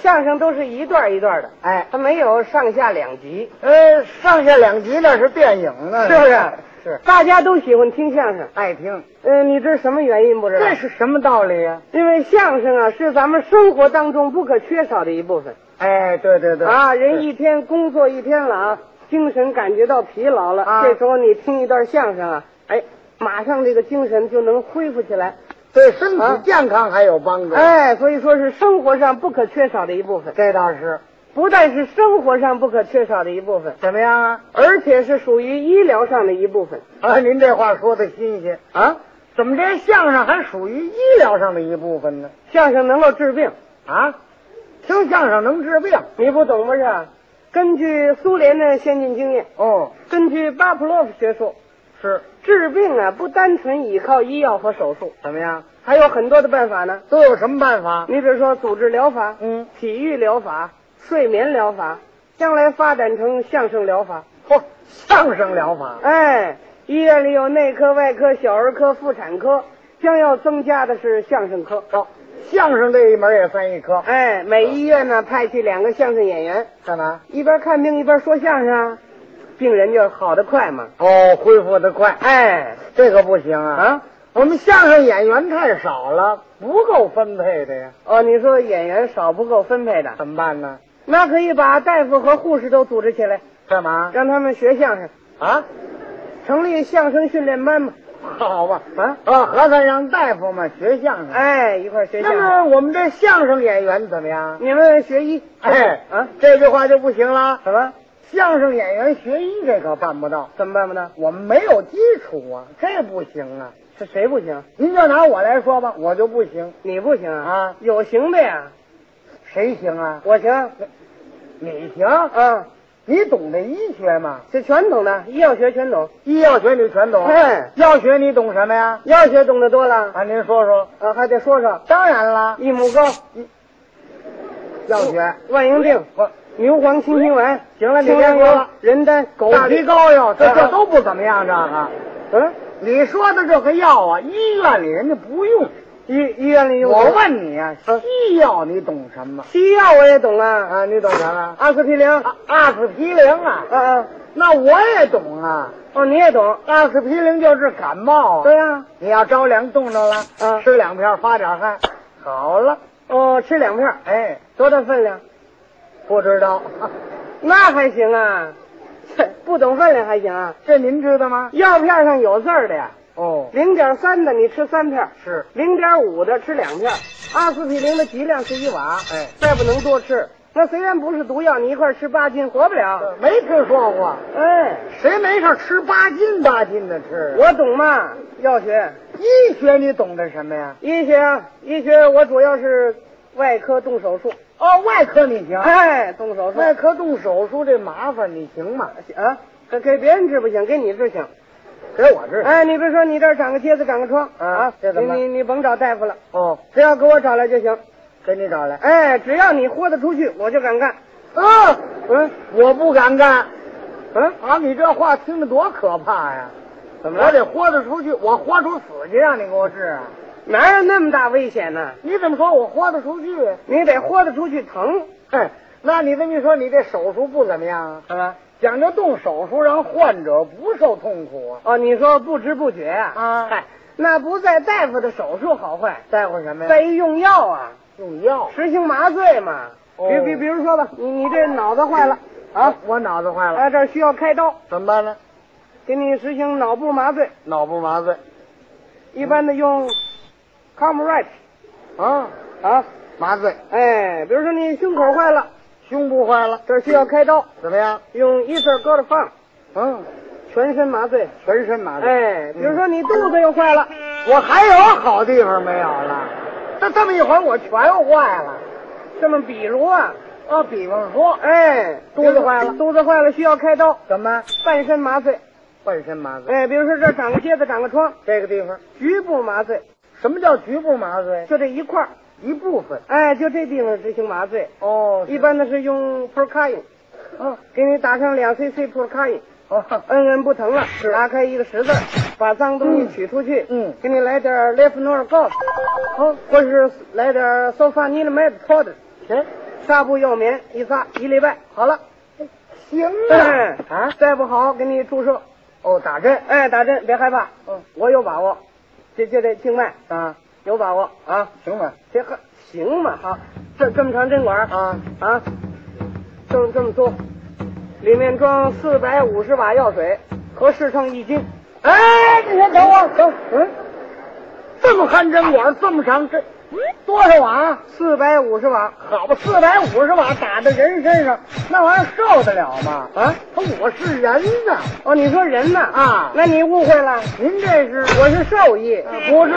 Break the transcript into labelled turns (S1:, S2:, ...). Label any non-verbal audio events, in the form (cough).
S1: 相声都是一段一段的，
S2: 哎
S1: 它没有上下两集，
S2: 呃，上下两集那是电影呢，
S1: 是不是？
S2: 是，
S1: 大家都喜欢听相声。
S2: 爱听，
S1: 嗯、你知道什么原因不知道？
S2: 这是什么道理呀、
S1: 因为相声啊是咱们生活当中不可缺少的一部分
S2: 哎，对对对，
S1: 啊。人
S2: 是
S1: 一天工作一天了啊，精神感觉到疲劳了，
S2: 啊
S1: 这时候你听一段相声啊，哎，马上这个精神就能恢复起来。
S2: 对身
S1: 啊
S2: 体健康还有帮助。，
S1: 哎，所以说是生活上不可缺少的一部分，
S2: 这倒是，
S1: 不但是生活上不可缺少的一部分，
S2: 怎么样啊？
S1: 而且是属于医疗上的一部分
S2: 啊，您这话说的新鲜，
S1: 啊。
S2: 怎么这相声还属于医疗上的一部分呢？
S1: 相声能够治病，
S2: 啊，听相声能治病？
S1: 你不懂不是？根据苏联的先进经验，
S2: 哦，
S1: 根据巴甫洛夫学说，
S2: 是，
S1: 治病啊不单纯依靠医药和手术，
S2: 怎么样？
S1: 还有很多的办法呢。
S2: 都有什么办法？
S1: 你比如说组织疗法、
S2: 嗯，
S1: 体育疗法、睡眠疗法，将来发展成相声疗法。
S2: 嚯、相声疗法，
S1: 哎，医院里有内科、外科、小儿科、妇产科，将要增加的是相声科。
S2: 哦，相声这一门也算一科，
S1: 哎，每医院呢派去两个相声演员，
S2: 干嘛？
S1: 一边看病一边说相声啊，病人就好得快嘛。
S2: 哦，恢复的快，
S1: 哎，
S2: 这个不行啊！
S1: 啊，
S2: 我们相声演员太少了，不够分配的呀，
S1: 哦，你说演员少不够分配的，
S2: 怎么办呢？
S1: 那可以把大夫和护士都组织起来，
S2: 干嘛
S1: 让他们学相声，
S2: 啊？
S1: 成立相声训练班嘛。
S2: 好吧，
S1: 啊
S2: 啊，和尚让大夫们学相声。
S1: 哎，一块儿学相
S2: 那
S1: 声。
S2: 么我们这相声演员怎么样？
S1: 你们学医，
S2: 哎，
S1: 啊，
S2: 这句话就不行了。
S1: 怎么
S2: 相声演员学医这可办不到，
S1: 怎么办吧呢？
S2: 我们没有基础啊，这不行啊。
S1: 是谁不行？
S2: 您就拿我来说吧，我就不行，
S1: 你不行
S2: 啊
S1: 有行的呀，
S2: 谁行啊？
S1: 我行。
S2: 你行？
S1: 啊，
S2: 你懂得医学吗？
S1: 这全懂的，医药学全懂。
S2: 医药学你全懂，
S1: 哎，
S2: 药学你懂什么呀？
S1: 药学懂得多了，
S2: 啊，您说说。
S1: 啊，还得说说
S2: 当然了，
S1: 益母膏、
S2: 药学。
S1: 万应定、
S2: 我
S1: 牛黄清心丸。
S2: 行了，你别
S1: 清凉
S2: 说
S1: 油
S2: 了。、
S1: 人丹、
S2: 狗
S1: 狗
S2: 皮膏药，这
S1: 啊
S2: 这都不怎么样，这个。
S1: 嗯，
S2: 你说的这个药啊，医院里人家不用。
S1: 医医院里用
S2: 我
S1: 的
S2: 问你啊，西药你懂什么？
S1: 西药我也懂了，
S2: 啊，你懂什么？
S1: 阿司匹林。啊
S2: 啊阿司匹林啊，
S1: 啊，
S2: 那我也懂啊。
S1: 哦，你也懂？
S2: 阿司匹林就是感冒啊。
S1: 对呀。
S2: 你要着凉冻着了，
S1: 啊
S2: 吃两片发点汗，好了。
S1: 哦，吃两片儿，
S2: 哎，
S1: 多大分量？
S2: 不知道， (laughs)
S1: 那还行啊， (laughs) 不懂分量还行啊。
S2: 这您知道吗？
S1: 药片上有字儿的呀，
S2: 哦，
S1: 零点三的你吃三片儿，
S2: 是，
S1: 零点五的吃两片儿。阿司匹林的剂量是一瓦，
S2: 哎，
S1: 再不能多吃。那虽然不是毒药，你一块儿吃八斤活不了。
S2: 没听说过，
S1: 哎，
S2: 谁没事吃八斤八斤的吃？啊
S1: 我懂嘛，药学、
S2: 医学你懂得什么呀？
S1: 医学啊，医学我主要是外科动手术，
S2: 哦，外科你行，
S1: 哎，动手术
S2: 外科动手术这麻烦你行吗？
S1: 啊，给给别人治不行，给你治行。
S2: 给我治。
S1: 哎，你比如说你这儿长个疖子，长个疮
S2: 啊这怎
S1: 你
S2: 么办
S1: 你你甭找大夫了，
S2: 哦，
S1: 只要给我找来就行。
S2: 给你找来。
S1: 哎，只要你豁得出去，我就敢干。
S2: 啊，
S1: 嗯
S2: 我不敢干。
S1: 嗯，
S2: 啊，你这话听着多可怕呀！
S1: 怎
S2: 我？得豁得出去，我豁出死去让你给我治啊！
S1: 哪有那么大危险呢？
S2: 你怎么说我豁得出去？
S1: 你得豁得出去疼，
S2: 嘿，那你这么一说，你这手术不怎么样啊？
S1: 是吧？
S2: 讲究动手术，让患者不受痛苦啊！
S1: 哦，你说不知不觉啊？
S2: 啊
S1: 嗨，那不在大夫的手术好坏，
S2: 在乎什么
S1: 在
S2: 呀？
S1: 于用药啊，
S2: 用药。
S1: 实行麻醉嘛。
S2: 哦
S1: 比比比如说吧，你你这脑子坏了啊，，
S2: 我脑子坏了，
S1: 啊这儿需要开刀，
S2: 怎么办呢？
S1: 给你实行脑部麻醉，
S2: 脑部麻醉
S1: 一般的用 c o m r i t
S2: 啊，
S1: 啊，
S2: 麻醉。
S1: 哎，比如说你胸口坏了，
S2: 胸部坏了，
S1: 这儿需要开刀，
S2: 怎么样？
S1: 用伊瑟戈的放，
S2: 嗯，
S1: 全身麻醉。
S2: 全身麻醉。嗯
S1: 哎，比如说你肚子又坏了，
S2: 我还有好地方没有了？ (laughs) 这这么一会儿我全坏了。
S1: 这么比如啊，
S2: 啊，比方说，
S1: 哎，
S2: 肚子坏了
S1: 肚子坏了需要开刀，
S2: 怎么
S1: 半身麻醉。
S2: 半身麻醉？
S1: 哎，比如说这儿长个疖子，长个疮，
S2: 这个地方，
S1: 局部麻醉，
S2: 什么叫局部麻醉？
S1: 就这一块儿，
S2: 一部分。
S1: 哎，就这地方执行麻醉。
S2: 哦
S1: 一般的是用 p r o c a i n
S2: 嗯，
S1: 给你打上两 cc p r o c a i n
S2: 哦，
S1: 摁摁不疼了，拉开一个
S2: (laughs)
S1: 十字儿，把脏东西取出去。
S2: 嗯
S1: 给你来点 l e f n o r g o s
S2: 哦，
S1: 或是来点 s o f a n i l m e d p o d
S2: (laughs) 行，
S1: 纱布药棉一擦，一礼拜好了。
S2: 行
S1: 哎
S2: 啊啊！
S1: 再不好给你注射。
S2: 哦，打针
S1: 哎，打针别害怕，
S2: 嗯，
S1: 我有把握，这就这静脉
S2: 啊
S1: 有把握啊，
S2: 行吧
S1: 这还行嘛哈、这这么长针管啊
S2: 啊，
S1: 啊，这么这么粗，里面装四百五十瓦药水，合适称一斤。
S2: 哎，你先等我等，嗯，这么含针管，这么长针，多少瓦？
S1: 四百五十瓦，
S2: 好吧，四百五十瓦打在人身上，那玩意儿受得了吗？
S1: 啊，
S2: 可我是人呐！
S1: 哦，你说人呢？
S2: 啊
S1: 那你误会了，
S2: 您这是
S1: 我是兽医，
S2: 不是？